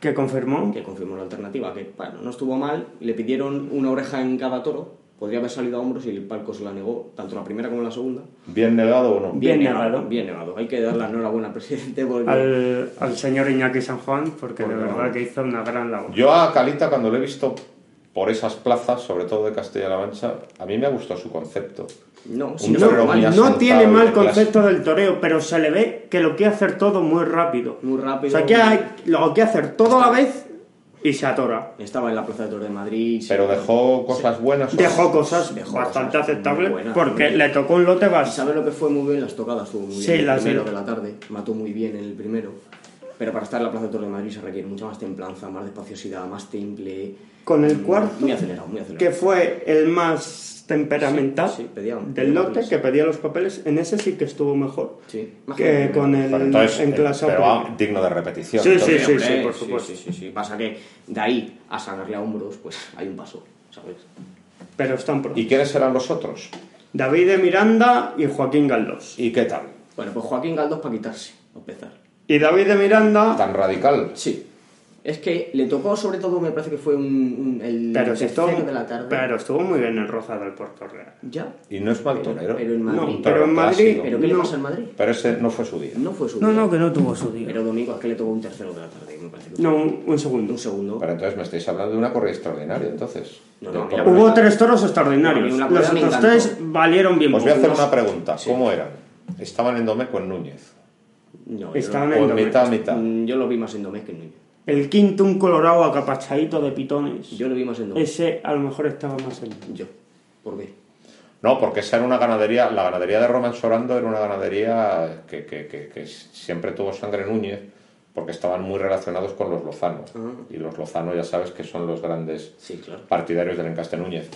S4: Que confirmó.
S3: que confirmó la alternativa, que bueno, no estuvo mal. Le pidieron una oreja en cada toro. Podría haber salido a hombros y el palco se la negó, tanto la primera como la segunda.
S1: ¿Bien negado o no?
S2: Bien negado.
S3: Bien negado. Hay que dar la enhorabuena al presidente porque...
S4: Al, al señor Iñaki San Juan, porque de
S3: Porque
S4: verdad
S3: vamos.
S4: que hizo una gran labor.
S1: Yo a Calita, cuando lo he visto por esas plazas, sobre todo de Castilla-La Mancha, a mí me ha gustado su concepto.
S3: No,
S1: Un
S3: si no,
S1: torero
S3: mal.
S1: muy
S4: No
S1: asentado
S4: tiene mal
S1: de clase.
S4: concepto del toreo, pero se le ve que lo quiere hacer todo muy rápido.
S3: Muy rápido.
S4: O sea, que hay- lo quiere hacer todo a la vez y se atora.
S3: Estaba en la Plaza de Toros de Madrid.
S1: Pero
S3: sí.
S1: dejó cosas buenas. ¿o no?
S4: Dejó cosas
S3: Dejó
S4: bastante
S3: cosas muy
S4: aceptables
S3: buenas,
S4: porque
S3: muy-
S4: le tocó un lote
S3: ¿Y
S4: bastante.
S3: sabes lo que fue muy bien? Las tocadas estuvo muy
S4: Sí,
S3: bien. El
S4: las
S3: primero
S4: vi.
S3: de la tarde. Mató muy bien en el primero. Pero para estar en la Plaza de Toros de Madrid se requiere mucha más templanza, más despaciosidad, más temple.
S4: Con el cuarto,
S3: Muy acelerado, muy acelerado.
S4: que fue el más temperamental
S3: Sí, sí, pedía-
S4: del
S3: pedía
S4: lote,
S3: papeles.
S4: que pedía los papeles, en ese sí que estuvo mejor
S3: Sí, más
S4: que
S3: que-
S4: con el
S1: Pero entonces,
S4: en
S1: eh,
S4: clase
S1: pero
S4: primera.
S1: ah, digno de repetición.
S4: Sí,
S1: entonces.
S4: sí, sí,
S3: Hombre,
S4: sí, por supuesto.
S3: Sí, sí, sí. Pasa que de ahí a sacarle a hombros, pues hay un paso, ¿sabes?
S4: Pero están pronto.
S1: ¿Y quiénes eran los otros?
S4: David de Miranda y Joaquín Galdós.
S1: ¿Y qué tal?
S3: Bueno, pues Joaquín Galdós para quitarse, para empezar.
S4: Y David de Miranda,
S1: ¿Tan radical?
S3: Sí. Es que le tocó, sobre todo, me parece que fue un, un- el
S4: pero, si estuvo,
S3: tercero de la tarde.
S4: pero estuvo muy bien en Roza del Puerto Real.
S3: Ya.
S1: Y no es mal torero.
S3: Pero en Madrid.
S4: No,
S1: pero
S4: pero en Madrid.
S1: clásico.
S3: ¿Pero qué le
S4: no.
S3: pasa en Madrid?
S1: Pero ese no fue su día.
S3: No fue su
S2: No,
S3: día.
S2: no, que no tuvo su día.
S3: Pero domingo es que le tocó un tercero de la tarde, me parece. que
S4: No,
S3: fue.
S4: un, un segundo.
S3: Un segundo.
S1: Pero entonces me estáis hablando de una corrida extraordinaria, entonces.
S3: No, no,
S1: Del
S3: mira,
S1: torero.
S4: Hubo tres toros extraordinarios.
S3: A mí una
S4: Los
S3: cosa me
S4: otros
S3: encantó.
S4: tres valieron bien.
S1: Os voy a hacer
S4: poco.
S1: una pregunta. ¿Cómo eran? ¿Estaban en Domeco en Núñez?
S3: No,
S4: Estaban
S1: ¿O
S4: En
S1: en
S4: Domeco.
S1: mitad,
S3: yo,
S1: mitad?
S3: lo, Mm, yo lo vi más en Domés que en Núñez.
S4: El quinto, un colorado acapachadito de pitones.
S3: Yo lo vi más en Domés.
S4: Ese a lo mejor estaba más en.
S3: Yo. ¿Por qué?
S1: No, porque esa era una ganadería, la ganadería de Román Sorando era una ganadería que, que- que- que siempre tuvo sangre Núñez, porque estaban muy relacionados con los lozanos. Y los lozanos ya sabes que son los grandes
S3: Sí, claro.
S1: partidarios del Encaste Núñez.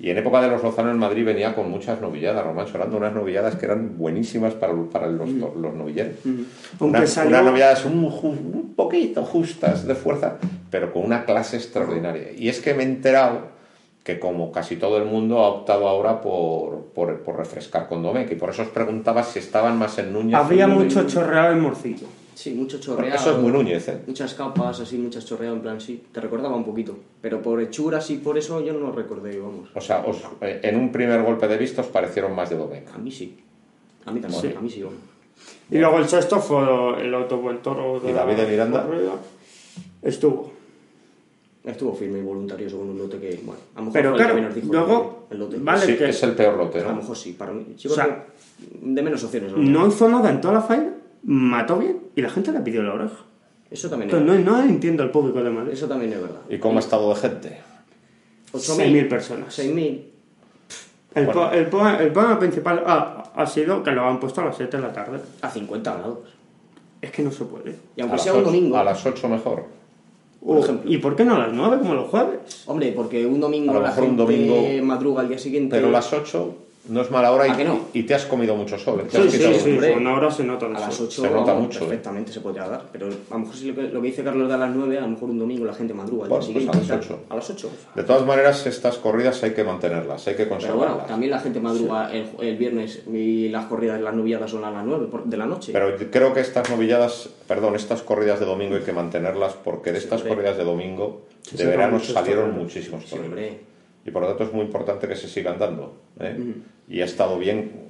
S1: Y en época de los lozanos en Madrid venía con muchas novilladas, Román Sorando, unas novilladas que eran buenísimas para, para los, los novilleros.
S4: Aunque
S1: Unas-
S4: salió-
S1: unas novilladas un, ju- un poquito justas de fuerza, pero con una clase extraordinaria. Y es que me he enterado que como casi todo el mundo ha optado ahora por, por, por refrescar con Domecq y por eso os preguntaba si estaban más en Núñez.
S4: Había
S1: o en
S4: mucho
S1: Núñez.
S4: chorreado en morcillo.
S3: Sí, mucho
S1: Porque
S3: chorreado.
S1: Eso es muy Núñez, ¿eh?
S3: Muchas capas, así, muchas chorreadas, en plan, sí. Te recordaba un poquito. Pero por hechuras y por eso yo no lo recordé, vamos.
S1: O sea, os- eh, en un primer golpe de vista os parecieron más de Domecq.
S3: A mí sí. A mí también. A mí sí, vamos.
S4: Y luego el sexto fue el otro buen toro de
S1: ¿Y David
S4: la
S1: de Miranda?
S4: corrida. Estuvo.
S3: Estuvo firme y voluntarioso con un lote que, bueno, a lo mejor
S4: Pero
S3: fue el que
S4: claro,
S3: menos dijo
S4: luego-
S3: el lote.
S4: Vale,
S1: Sí,
S4: que-
S1: es el peor lote,
S3: A lo
S1: ¿no?
S3: mejor sí, para mí. Yo
S4: O sea,
S3: creo que de menos opciones.
S4: No hizo nada en toda la faena, mató bien y la gente le pidió la oreja.
S3: Eso también es
S4: Entonces,
S3: verdad.
S4: no, no entiendo el público de Madrid.
S3: Eso también es verdad.
S1: ¿Y cómo ha estado de gente?
S4: 6.000 personas.
S3: 6.000.
S4: El,
S1: Bueno.
S4: po- el po- el problema principal ha, ha sido que lo han puesto a las 7 de la tarde.
S3: A 50 grados.
S4: Es que no se puede.
S3: Y aunque
S1: A
S3: sea
S1: las
S3: un
S1: ocho-
S3: domingo.
S1: A las 8 mejor.
S4: O-
S3: ejemplo.
S4: ¿Y por qué no a las 9 como los jueves?
S3: Hombre, porque un domingo
S1: A lo
S3: la
S1: mejor un
S3: gente
S1: domingo-
S3: madruga al día siguiente.
S1: Pero las 8 no es mala hora
S3: ¿A que
S1: y,
S3: no?
S1: y te has comido mucho sol. ¿eh? Te
S4: Sí,
S1: has
S4: sí,
S1: quitado-
S4: sí,
S3: hombre.
S4: sí, una hora se nota el
S3: a las
S4: sol.
S3: 8
S1: se nota mucho, ¿eh?
S3: perfectamente se podría dar. Pero a lo mejor si lo que, lo que dice Carlos de a las 9, a lo mejor un domingo la gente madruga al
S1: Bueno,
S3: día
S1: pues a
S3: siguiente.
S1: las
S3: tal.
S1: ocho.
S3: A las 8.
S1: De todas maneras, estas corridas hay que mantenerlas, hay que
S3: Pero bueno,
S1: conservarlas.
S3: también la gente madruga el, el viernes y las corridas, las noviadas son a las 9 por- de la noche.
S1: Pero yo creo que estas novilladas, perdón, estas corridas de domingo hay que mantenerlas porque de estas
S3: hombre.
S1: corridas de domingo de
S4: se van
S1: verano
S4: muchos
S1: salieron
S4: toreros.
S1: muchísimos
S3: Sí,
S1: toreros.
S3: hombre.
S1: y por lo tanto es muy importante que se sigan dando. ¿eh? Y ha estado bien,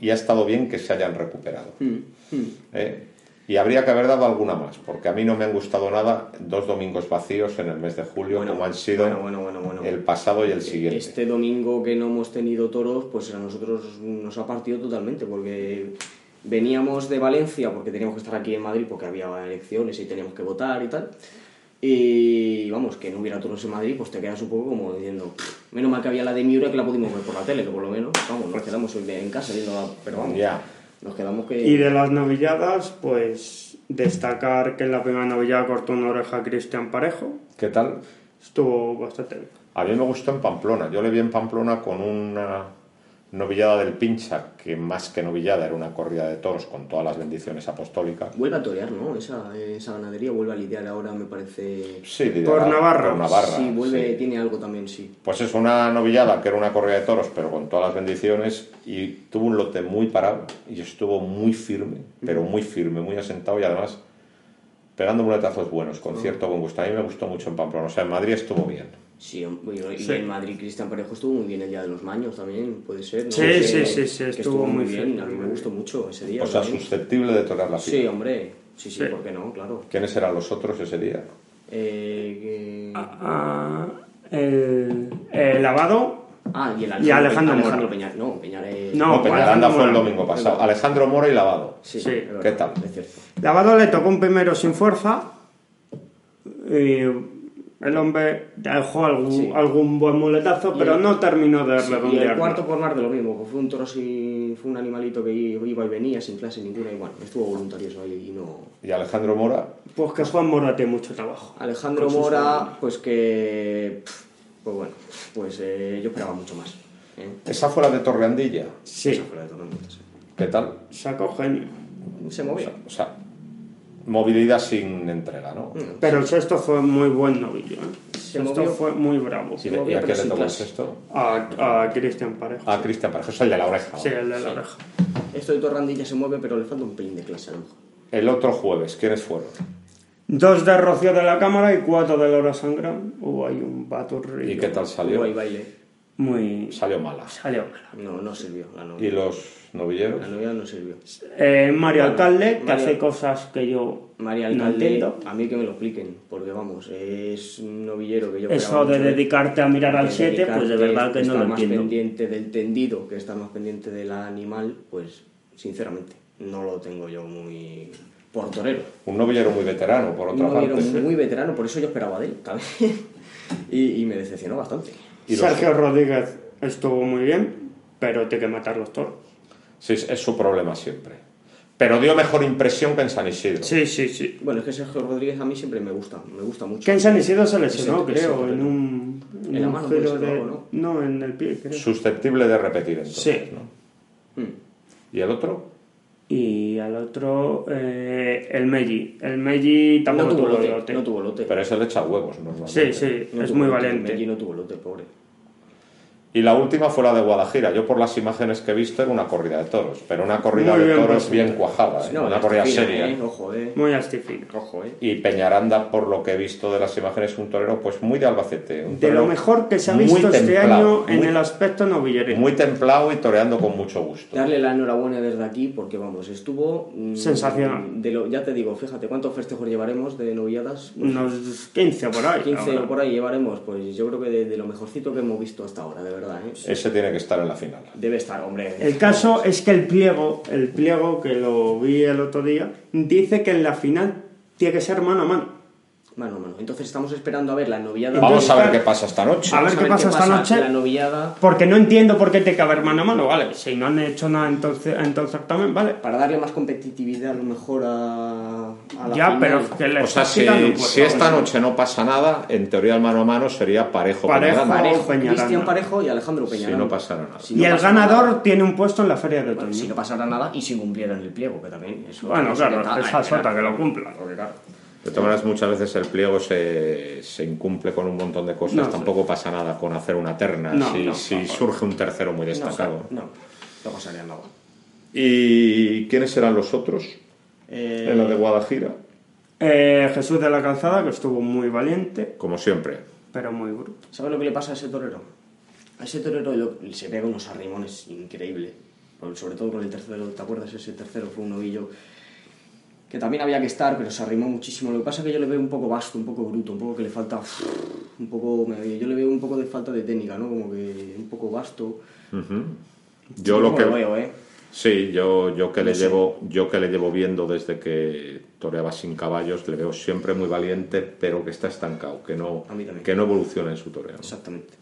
S1: y ha estado bien que se hayan recuperado. ¿eh? Y habría que haber dado alguna más, porque a mí no me han gustado nada dos domingos vacíos en el mes de julio,
S3: Bueno,
S1: como han sido
S3: bueno, bueno, bueno, bueno.
S1: el pasado y el siguiente.
S3: Este domingo que no hemos tenido toros, pues a nosotros nos ha partido totalmente, porque veníamos de Valencia, porque teníamos que estar aquí en Madrid, porque había elecciones y teníamos que votar y tal. Y vamos, que no hubiera toros en Madrid, pues te quedas un poco como diciendo, menos mal que había la de Miura que la pudimos ver por la tele, que por lo menos, vamos, nos quedamos hoy de- en casa viendo la. Pero vamos,
S1: Ya.
S3: nos quedamos que.
S4: Y de las novilladas, pues destacar que en la primera novillada cortó una oreja a Cristian Parejo.
S1: ¿Qué tal?
S4: Estuvo bastante bien.
S1: A mí me gustó en Pamplona. Yo le vi en Pamplona con una novillada del Pincha, que más que novillada era una corrida de toros con todas las bendiciones apostólicas.
S3: Vuelve a torear, ¿no? Esa, esa ganadería vuelve a lidiar ahora, me parece.
S1: Sí,
S4: Por Navarra.
S1: por Navarra,
S3: sí, vuelve,
S1: sí.
S3: tiene algo también, sí.
S1: Pues es una novillada que era una corrida de toros, pero con todas las bendiciones, y tuvo un lote muy parado, y estuvo muy firme, pero
S4: Mm.
S1: muy firme, muy asentado, y además pegando muletazos buenos,
S4: Mm.
S1: con cierto buen gusto. A mí me gustó mucho en Pamplona, o sea, en Madrid estuvo bien.
S3: Sí, bueno, y
S4: Sí.
S3: en Madrid Cristian Parejo estuvo muy bien el día de los maños también, puede ser. ¿no?
S4: Sí,
S3: Que-
S4: sí, sí, sí,
S3: que
S4: estuvo muy
S3: bien.
S4: bien.
S3: A mí me gustó mucho ese día.
S1: O sea,
S3: también.
S1: susceptible de tocar la
S3: Sí,
S1: fila.
S3: hombre. Sí, sí,
S4: Sí.
S3: ¿por qué no? Claro.
S1: ¿Quiénes eran los otros ese día?
S3: Eh, que- ah,
S4: Ah, el, el Eh, lavado.
S3: Ah, y el
S4: Y Alejandro Mora.
S3: Peña- No, Peñaré.
S4: No,
S1: No, Peñaranda
S4: Alejandro
S1: fue el
S4: Mora.
S1: domingo pasado. Alejandro Mora y Lavado.
S3: Sí,
S4: Sí.
S3: es verdad,
S1: ¿Qué tal?
S3: Es cierto.
S4: Lavado le tocó un primero sin fuerza. Y el hombre dejó algún,
S3: Sí.
S4: algún buen muletazo,
S3: Y
S4: pero
S3: el-
S4: no terminó de
S3: Sí, y
S4: redondear.
S3: el cuarto por mar de lo mismo, pues fue un toro sin, fue un animalito que iba y venía sin clase ninguna y bueno, estuvo voluntarioso ahí y no.
S1: Y Alejandro Mora,
S4: Pues que Juan Mora tiene mucho trabajo.
S3: Alejandro
S4: Con sus
S3: Mora,
S4: talones.
S3: pues que pf, pues bueno, pues eh, yo esperaba mucho más. ¿eh?
S1: esa fue la de Torreandilla.
S4: Sí,
S3: Esa fue la de Torremodones, ¿eh?
S1: ¿Qué tal?
S4: sacó genio.
S3: Se
S1: O
S3: movía.
S1: sea, o sea, movilidad sin entrega, ¿no?
S4: Pero el sexto fue muy buen novillo. ¿eh? El sexto
S3: movió.
S4: fue muy bravo.
S1: ¿Y, de- y
S3: movía,
S1: a
S3: pero
S1: quién le
S3: sin
S1: tocó el
S3: clase.
S1: sexto?
S4: A, a Cristian Parejo.
S1: A Cristian Parejo, es el de la oreja.
S4: Sí,
S1: ¿no?
S4: el de la oreja.
S3: Esto de Torrandilla se mueve, pero le falta un pelín de clase a lo mejor.
S1: El otro jueves, ¿quiénes fueron?
S4: Dos de Rocío de la Cámara y cuatro de Laura Sangrán. Hubo ahí un baturrillo.
S1: ¿Y qué tal salió?
S3: Luego hay baile.
S4: Muy...
S1: Salió mala.
S4: Salió mala.
S3: No, no sirvió la novia.
S1: ¿Y los novilleros?
S3: La novia no sirvió.
S4: Eh, Mario Alcalde, que
S3: Mario-
S4: hace cosas que yo
S3: María
S4: no
S3: Alcalde,
S4: entiendo.
S3: a mí que me lo expliquen, porque vamos, es un novillero que yo esperaba
S4: Eso de
S3: mucho él.
S4: dedicarte a mirar al
S3: Que
S4: 7, pues de
S3: dedicarte,
S4: verdad que no
S3: estar
S4: lo
S3: más
S4: entiendo.
S3: pendiente del tendido que estar más pendiente del animal, pues sinceramente no lo tengo yo muy por torero.
S1: Un novillero muy veterano, por otra
S3: Un
S1: parte.
S3: novillero muy veterano, por eso yo esperaba de él, ¿sabes? y, y me decepcionó bastante.
S1: Y los-
S4: Sergio Rodríguez estuvo muy bien, pero tiene que matar los toros.
S1: Sí, es es su problema siempre. Pero dio mejor impresión que en San Isidro.
S4: Sí, sí, sí.
S3: Bueno, es que Sergio Rodríguez a mí siempre me gusta, me gusta mucho.
S4: Que en San Isidro se lesionó,
S3: Ese- ese
S4: creo,
S3: torero.
S4: en un,
S3: En la
S4: un
S3: mano puede ser
S4: giro
S3: o
S4: de-
S3: algo,
S4: No, en el pie, creo.
S1: Susceptible de repetir entonces,
S4: Sí.
S1: ¿no?
S3: Mm.
S1: ¿Y el otro?
S4: Y al otro, eh, el Meji. El Meji
S3: No,
S4: tampoco
S3: tuvo
S4: tuvo
S3: lote,
S4: lote.
S3: no tuvo lote.
S1: Pero ese le echa huevos normalmente.
S4: Sí, sí,
S3: No
S4: es
S3: tuvo
S4: muy
S3: lote,
S4: valiente.
S3: Medellín no tuvo lote, pobre.
S1: Y la última fue la de Guadajira. Yo por las imágenes que he visto era una corrida de toros, pero una corrida
S4: Muy
S1: de
S4: bien
S1: toros
S4: presentada.
S1: bien cuajada, ¿eh?
S3: No,
S1: una
S3: está
S1: corrida
S3: fina,
S1: seria.
S3: eh, Ojo, eh.
S4: Muy astifino.
S3: Ojo, eh.
S1: Y Peñaranda, por lo que he visto de las imágenes, un torero pues muy de Albacete. un
S4: De lo
S1: torero
S4: mejor que se ha
S1: muy
S4: visto este
S1: templado,
S4: año en
S1: muy-
S4: el aspecto novillería.
S1: Muy templado y toreando con mucho gusto.
S3: Darle la enhorabuena desde aquí porque, vamos, estuvo... mm,
S4: Sensacional.
S3: De lo, ya te digo, fíjate, ¿cuántos festejos llevaremos de noviadas?
S4: Unos 15 por ahí.
S3: 15
S4: ahora.
S3: o por ahí llevaremos, pues yo creo que de, de lo mejorcito que hemos visto hasta ahora, de verdad, ¿eh?
S1: Ese tiene que estar en la final.
S3: Debe estar, hombre.
S4: El caso es que el pliego, el pliego que lo vi el otro día, dice que en la final tiene que ser mano a mano.
S3: Mano, mano. Entonces estamos esperando a ver la novillada...
S1: Vamos a ver
S4: claro.
S1: qué pasa esta noche.
S4: A ver qué pasa esta noche.
S3: La novillada...
S4: Porque no entiendo por qué tiene que haber mano a mano, ¿vale? Si no han hecho nada entonces, entonces también, ¿vale?
S3: Para darle más competitividad a lo mejor a, a la
S4: Ya,
S3: final.
S4: pero es que le
S1: O sea,
S4: estás
S1: si,
S4: quitando un
S1: si
S4: puesto,
S1: esta
S4: ¿no?
S1: noche no pasa nada, en teoría el mano a mano sería parejo.
S4: Parejo.
S1: Peñaranda,
S3: Parejo,
S4: Peñaranda.
S3: Cristian Parejo y Alejandro
S1: Si
S3: Peñaranda.
S1: no pasara nada.
S3: Si
S4: Y
S3: no
S4: el
S3: pasa
S4: ganador
S3: nada-
S4: tiene un puesto en la feria de
S3: Bueno,
S4: otoño.
S3: si no pasara nada y si cumplieran el pliego, que también eso-
S4: Bueno,
S3: eso
S4: claro,
S3: que tal,
S4: esa
S3: hay
S4: es otra,
S3: esperar.
S4: que lo cumplan.
S3: Porque, claro,
S1: De todas maneras, muchas veces el pliego se, se incumple con un montón de cosas.
S4: No, sí.
S1: Tampoco pasa nada con hacer una terna
S4: No,
S1: si,
S4: no,
S1: si
S4: tampoco.
S1: surge un tercero muy destacado.
S3: No, no pasaría nada.
S1: ¿Y quiénes eran los otros?
S3: Eh,
S1: En la de Guadajira,
S4: Eh, Jesús de la Calzada, que estuvo muy valiente,
S1: como siempre.
S4: pero muy bruto.
S3: ¿Sabes lo que le pasa a ese torero? A ese torero lo- se pega unos arrimones increíbles. Por- Sobre todo con el tercero, ¿te acuerdas? Ese tercero fue un novillo que también había que estar, pero se arrimó muchísimo. Lo que pasa es que yo le veo un poco vasto, un poco bruto, un poco que le falta. Un poco. me- Yo le veo un poco de falta de técnica, ¿no? Como que un poco vasto.
S1: Yo lo
S3: Como
S1: que
S3: veo, ¿eh?
S1: Sí, yo, yo que le
S3: No sé.
S1: llevo, yo que le llevo viendo desde que toreaba sin caballos, le veo siempre muy valiente, pero que está estancado, que no,
S3: A mí también.
S1: que no evoluciona en su toreo. ¿no?
S3: Exactamente.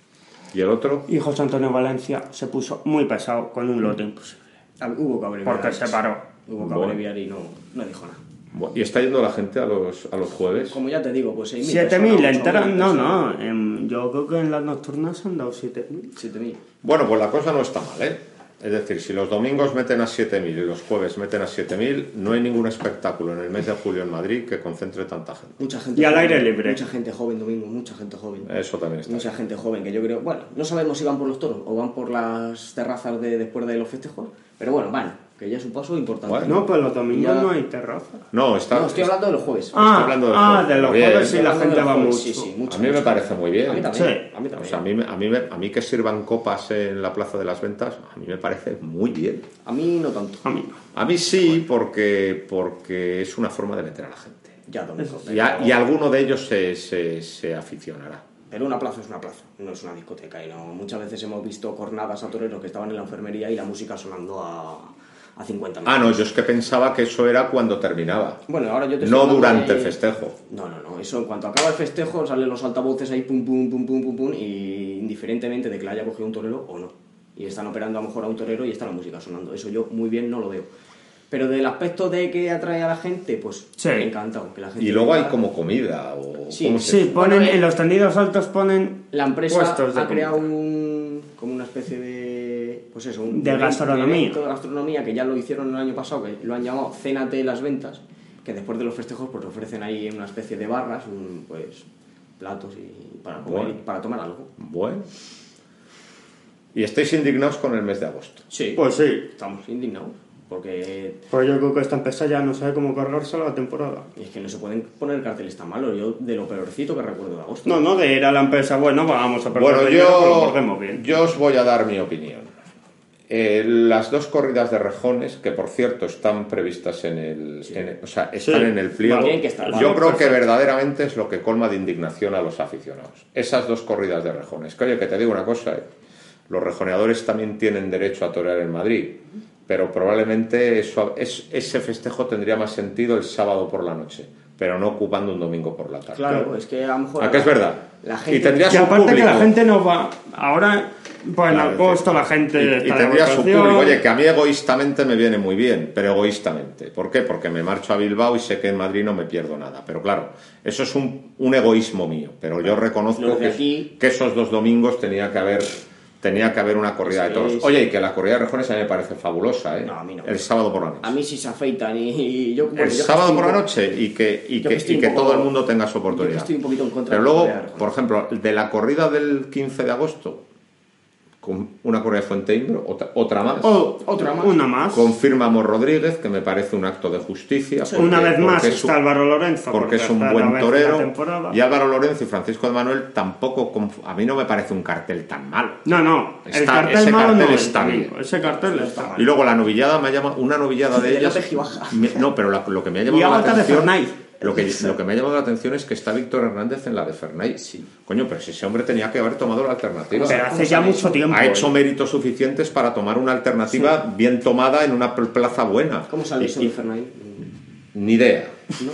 S1: Y el otro,
S4: Y José Antonio Valencia se puso muy pesado con un lote imposible.
S3: A- Hubo que abreviar.
S4: Porque se paró.
S3: Hubo que
S1: Bueno.
S3: abreviar y no, no dijo nada.
S1: Bueno, y está yendo la gente a los, a los jueves.
S3: Como ya te digo, pues 6.000.
S4: 7.000
S3: personas,
S4: enteras,
S3: 8.000
S4: no,
S3: personas.
S4: no. em, yo creo que en las nocturnas han dado 7.000.
S3: 7.000.
S1: Bueno, pues la cosa no está mal, ¿eh? Es decir, si los domingos meten a 7.000 y los jueves meten a 7.000, no hay ningún espectáculo en el mes de julio en Madrid que concentre tanta gente.
S3: Mucha gente
S4: Y al
S3: joven,
S4: aire libre. Eh,
S3: Mucha gente joven, Domingo, mucha gente joven.
S1: Eso también está.
S3: Mucha gente joven que yo creo, bueno, no sabemos si van por los toros o van por las terrazas de después de los festejos, pero bueno, van, que ya es un paso importante.
S1: Bueno.
S4: No, pues los domingos
S3: Ya.
S4: no hay terraza.
S1: No, está,
S3: No, estoy hablando de los jueves.
S4: Ah,
S1: hablando de
S4: ah,
S1: juegos.
S4: de los
S1: Bien.
S4: juegos
S3: Estoy
S4: y la
S3: hablando de
S4: gente
S3: los
S4: va
S3: jueves,
S4: mucho.
S3: Sí, sí, mucho,
S1: a mí me
S3: mucho.
S1: parece muy bien.
S3: A mí también.
S4: Sí.
S3: A mí
S1: O
S3: también.
S1: sea, a mí, me- a, mí, me- a mí que sirvan copas en la Plaza de las Ventas, a mí me parece muy bien.
S3: A mí no tanto.
S4: A mí no.
S1: A mí sí, porque, porque es una forma de meter a la gente.
S3: Ya, Domingo.
S1: Y, a- y alguno de ellos se, se, se aficionará.
S3: Pero una plaza es una plaza, no es una discoteca. Y no, muchas veces hemos visto cornadas a toreros que estaban en la enfermería y la música sonando a, a 50
S1: Ah, no, yo es que pensaba que eso era cuando terminaba,
S3: Bueno, ahora yo te estoy
S1: no
S3: hablando
S1: durante
S3: de-
S1: el festejo.
S3: No, no, no. Eso en cuanto acaba el festejo salen los altavoces ahí pum pum pum pum pum pum y indiferentemente de que la haya cogido un torero o no. Y están operando a lo mejor a un torero y está la música sonando. Eso yo muy bien no lo veo. Pero del aspecto de que atrae a la gente, pues
S4: Sí.
S3: encantado. Que la gente
S1: Y luego hay
S3: venga.
S1: como comida o
S3: Sí,
S1: ¿cómo se-
S4: Sí, ponen,
S3: Bueno, eh,
S4: en los tendidos altos ponen
S3: La empresa
S4: puestos de
S3: ha creado
S4: comida.
S3: un, como una especie de. Pues eso, un.
S4: De
S3: evento-
S4: gastronomía.
S3: evento de gastronomía que ya lo hicieron el año pasado, que lo han llamado Cénate las ventas, que después de los festejos pues ofrecen ahí una especie de barras, un, pues platos y para comer
S1: Bueno.
S3: y para tomar algo.
S1: Bueno. Y estáis indignados con el mes de agosto.
S3: Sí.
S4: Pues sí.
S3: Estamos indignados, porque
S4: Pues yo creo que esta empresa ya no sabe cómo cargarse la temporada.
S3: es que no se pueden poner carteles tan malos. Yo de lo peorcito que recuerdo de agosto.
S4: No, no, de ir a la empresa, bueno, vamos a perder
S1: Bueno,
S4: dinero, pero lo
S1: yo,
S4: perdemos bien.
S1: yo os voy a dar mi opinión. Eh, las dos corridas de rejones, que por cierto están previstas en el. en- o sea, están
S4: Sí.
S1: en el pliego.
S3: Tienen que estar.
S1: Yo
S4: Vale,
S1: creo que
S4: perfecto.
S1: verdaderamente es lo que colma de indignación a los aficionados. Esas dos corridas de rejones. Que oye, que te digo una cosa, eh, los rejoneadores también tienen derecho a torear en Madrid, pero probablemente eso, es- ese festejo tendría más sentido el sábado por la noche, pero no ocupando un domingo por la tarde.
S3: Claro, es que a lo mejor.
S1: ¿A que es verdad?
S3: La
S1: y
S3: gente.
S1: tendrías
S4: Y
S1: un
S4: aparte que la
S1: público.
S4: gente no va. Ahora, pues en
S1: Claro,
S4: agosto
S1: sí.
S4: la gente.
S1: Y- y,
S4: está de
S1: tendría su
S4: vacaciones.
S1: público. Oye, que a mí egoístamente me viene muy bien, pero egoístamente. ¿Por qué? Porque me marcho a Bilbao y sé que en Madrid no me pierdo nada. Pero claro, eso es un, un egoísmo mío. Pero yo reconozco
S3: Los de
S1: que,
S3: aquí-
S1: que esos dos domingos tenía que haber tenía que haber una corrida de
S3: Sí,
S1: toros.
S3: sí.
S1: Oye, y que la corrida de rejones a mí me parece fabulosa, ¿eh?
S3: No, a mí no.
S1: El sábado por la noche.
S3: A mí sí se afeitan y, y yo. bueno,
S1: el
S3: yo que
S1: sábado
S3: estoy
S1: por
S3: un
S1: la
S3: poco-
S1: noche y que, y que,
S3: Yo que estoy
S1: y
S3: un
S1: que
S3: poco-
S1: todo el mundo tenga su
S3: yo que
S1: oportunidad.
S3: estoy un poquito en contra
S1: Pero
S3: de
S1: luego,
S3: la corrida de
S1: por ejemplo, de la corrida del 15 de agosto, con una corrida de Fuenteimbro, otra, otra más.
S3: Oh.
S4: O-
S3: Otra más.
S4: Una más.
S1: Confirmamos Rodríguez, que me parece un acto de justicia.
S4: una
S1: porque-
S4: vez más
S1: porque es un-
S4: está Álvaro Lorenzo.
S1: Porque es
S4: está
S1: un
S4: la
S1: buen
S4: vez en la
S1: torero.
S4: temporada.
S1: Y Álvaro Lorenzo y Francisco de Manuel tampoco. conf- A mí no me parece un cartel tan malo.
S4: No, no. el
S1: Está-
S4: cartel
S1: ese
S4: malo
S1: cartel
S4: no
S1: está
S4: el
S1: bien.
S4: domingo, Ese cartel está mal.
S1: Y luego la novillada me llama. Una novillada de
S3: De
S1: ellas.
S3: López Gibaja.
S1: me- no, pero la- lo que me ha
S4: Y
S1: llamado la
S4: Ágata de
S1: atención.
S4: Fernay.
S1: Lo que, lo que me ha llamado la atención es que está Víctor Hernández en la de Fernández. Coño, pero si ese hombre tenía que haber tomado la alternativa.
S4: Pero
S3: ¿Cómo
S4: hace ya
S3: sabes?
S4: mucho tiempo.
S1: ha
S4: ¿eh?
S1: hecho méritos suficientes para tomar una alternativa bien tomada en una pl- plaza buena.
S3: ¿Cómo sale
S1: Y-
S3: eso
S1: y-
S3: de Fernández?
S1: Ni idea.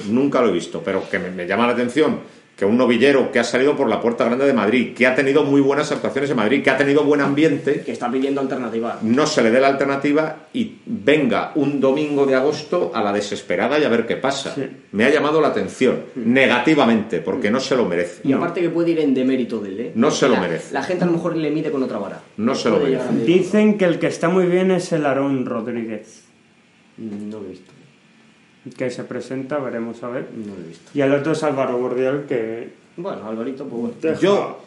S1: Nunca lo he visto, pero que me, me llama la atención que un novillero que ha salido por la Puerta Grande de Madrid, que ha tenido muy buenas actuaciones en Madrid, que ha tenido buen ambiente,
S3: que está pidiendo alternativas.
S1: no se le dé la alternativa y venga un domingo de agosto a la desesperada y a ver qué pasa.
S4: Sí.
S1: Me ha llamado la atención, negativamente, porque no se lo merece.
S3: Y aparte que puede ir en demérito de él, ¿eh?
S1: No se lo
S3: La-
S1: merece.
S3: La gente a lo mejor le mide con otra vara.
S1: No se lo
S3: Puede
S1: merece.
S3: llegar a-
S4: Dicen que el que está muy bien es el Aarón Rodríguez.
S3: No lo he visto.
S4: Que se presenta, veremos a ver.
S3: No lo he visto.
S4: Y el otro es Álvaro Gordial, que.
S3: Bueno, Alvarito, pues bueno.
S4: deja-
S1: Yo,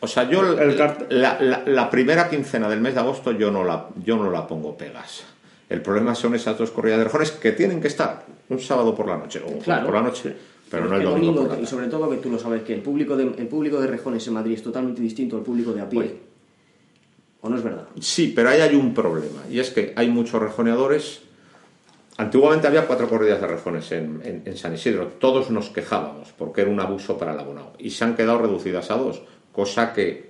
S1: o sea, yo
S4: El cart-
S1: la, la- la primera quincena del mes de agosto yo no la, yo no la pongo pegas. El problema son esas dos corridas de rejones que tienen que estar un sábado por la noche o un jueves
S3: Claro.
S1: por la noche, pero no el
S3: Es que
S1: domingo por la
S3: y
S1: noche.
S3: sobre todo que tú lo sabes, que el público de, el público de Rejones en Madrid es totalmente distinto al público de a pie.
S1: Oye.
S3: ¿O no es verdad?
S1: Sí, pero ahí hay un problema y es que hay muchos rejoneadores. Antiguamente había cuatro corridas de rejones en, en- en San Isidro. Todos nos quejábamos porque era un abuso para el abonado y se han quedado reducidas a dos, cosa que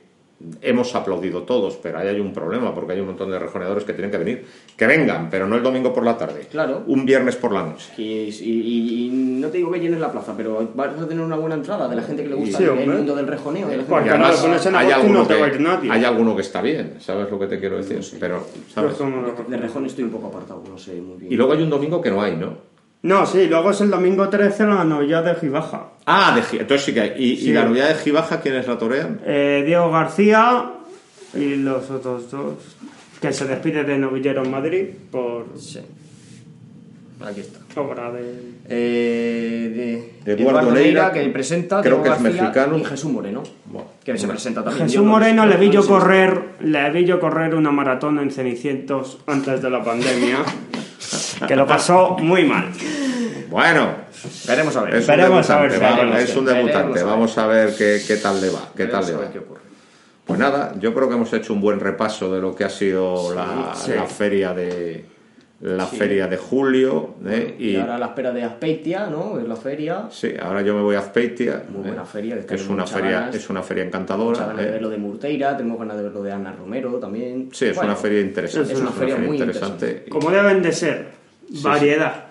S1: hemos aplaudido todos, pero ahí hay un problema porque hay un montón de rejoneadores que tienen que venir. Que vengan, pero no el domingo por la tarde.
S3: Claro.
S1: Un viernes por la noche.
S3: Y, y- y no te digo que llenes la plaza, pero vas a tener una buena entrada de la gente que le gusta
S4: Sí,
S3: el- el
S4: hombre.
S3: mundo del rejoneo. de la gente
S4: Porque
S1: Y
S3: que-
S4: no
S1: además
S4: lo pones en
S1: hay
S4: agosto y
S1: alguno,
S4: no te va a ir
S1: que,
S4: nadie.
S1: hay alguno que está bien, ¿sabes lo que te quiero decir? Pero,
S4: Yo
S1: ¿sabes?
S4: es como-
S3: De Rejones estoy un poco apartado, no sé muy bien.
S1: Y luego hay un domingo que no hay, ¿no?
S4: No, sí, luego es el domingo 13 la novia de Gibaja.
S1: Ah, de, Gi- entonces sí que hay. ¿Y, y
S4: Sí.
S1: la novedad de Gibaja quiénes la torean?
S4: Eh, Diego García y los otros dos. que se despide de Novillero en Madrid por
S5: Sí. Aquí está.
S4: obra de...
S5: Eh, de,
S1: Eduardo Leira,
S5: que presenta,
S1: creo
S5: Diego
S1: que es
S5: García
S1: mexicano.
S5: y Jesús Moreno,
S1: Bueno,
S5: que se
S1: una-
S5: presenta también. Yo
S4: Jesús
S5: no-
S4: Moreno le vi
S5: no
S4: yo
S5: sé.
S4: correr, le vi yo correr una maratón en Cenicientos antes de la pandemia, que lo pasó muy mal.
S1: Bueno,
S5: Veremos a ver.
S1: es un
S4: Veremos a ver
S1: debutante, va-
S4: si veremos,
S1: es un
S5: veremos
S1: debutante.
S5: a ver.
S1: Vamos a ver qué, qué tal le va. Qué
S5: Veremos
S1: tal le
S5: a
S1: va.
S5: ver qué ocurre.
S1: Pues nada, yo creo que hemos hecho un buen repaso de lo que ha sido la,
S4: sí.
S1: la feria de la feria de julio ¿eh?
S3: Y, ahora a la espera de Aspeitia, ¿no? Es la feria.
S1: Sí, ahora yo me voy a Azpeitia. ¿eh?
S3: Muy buena feria, que
S1: que es
S3: tenemos
S1: una
S3: muchas
S1: feria,
S3: ganas.
S1: es una feria
S3: Tenemos
S1: encantadora.
S3: ganas de
S1: ¿eh?
S3: ver lo de Murteira, tenemos ganas de ver lo de Ana Romero también.
S1: Sí, es
S3: Bueno,
S1: una feria interesante.
S3: es una feria muy
S1: y-
S4: Como deben de ser, variedad.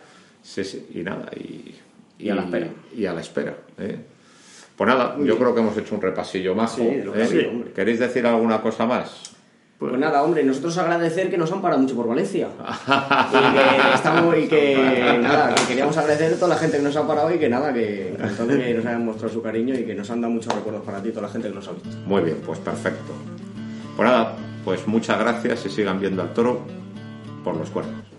S1: sí, sí, y nada, y,
S3: Y a la espera.
S1: y a la espera, ¿eh? Pues nada, yo creo que hemos hecho un repasillo majo.
S3: Sí, de lo que
S1: ¿eh?
S3: ha habido, hombre.
S1: ¿Queréis decir alguna cosa más?
S3: Pues nada, hombre, nosotros agradecer que nos han parado mucho por Valencia. y que, estamos, y que nada, que queríamos agradecer a toda la gente que nos ha parado y que nada, que, encantado que nos hayan mostrado su cariño y que nos han dado muchos recuerdos para ti, toda la gente que nos ha visto.
S1: Muy bien, pues perfecto. Pues nada, pues muchas gracias y sigan viendo al toro por los cuernos.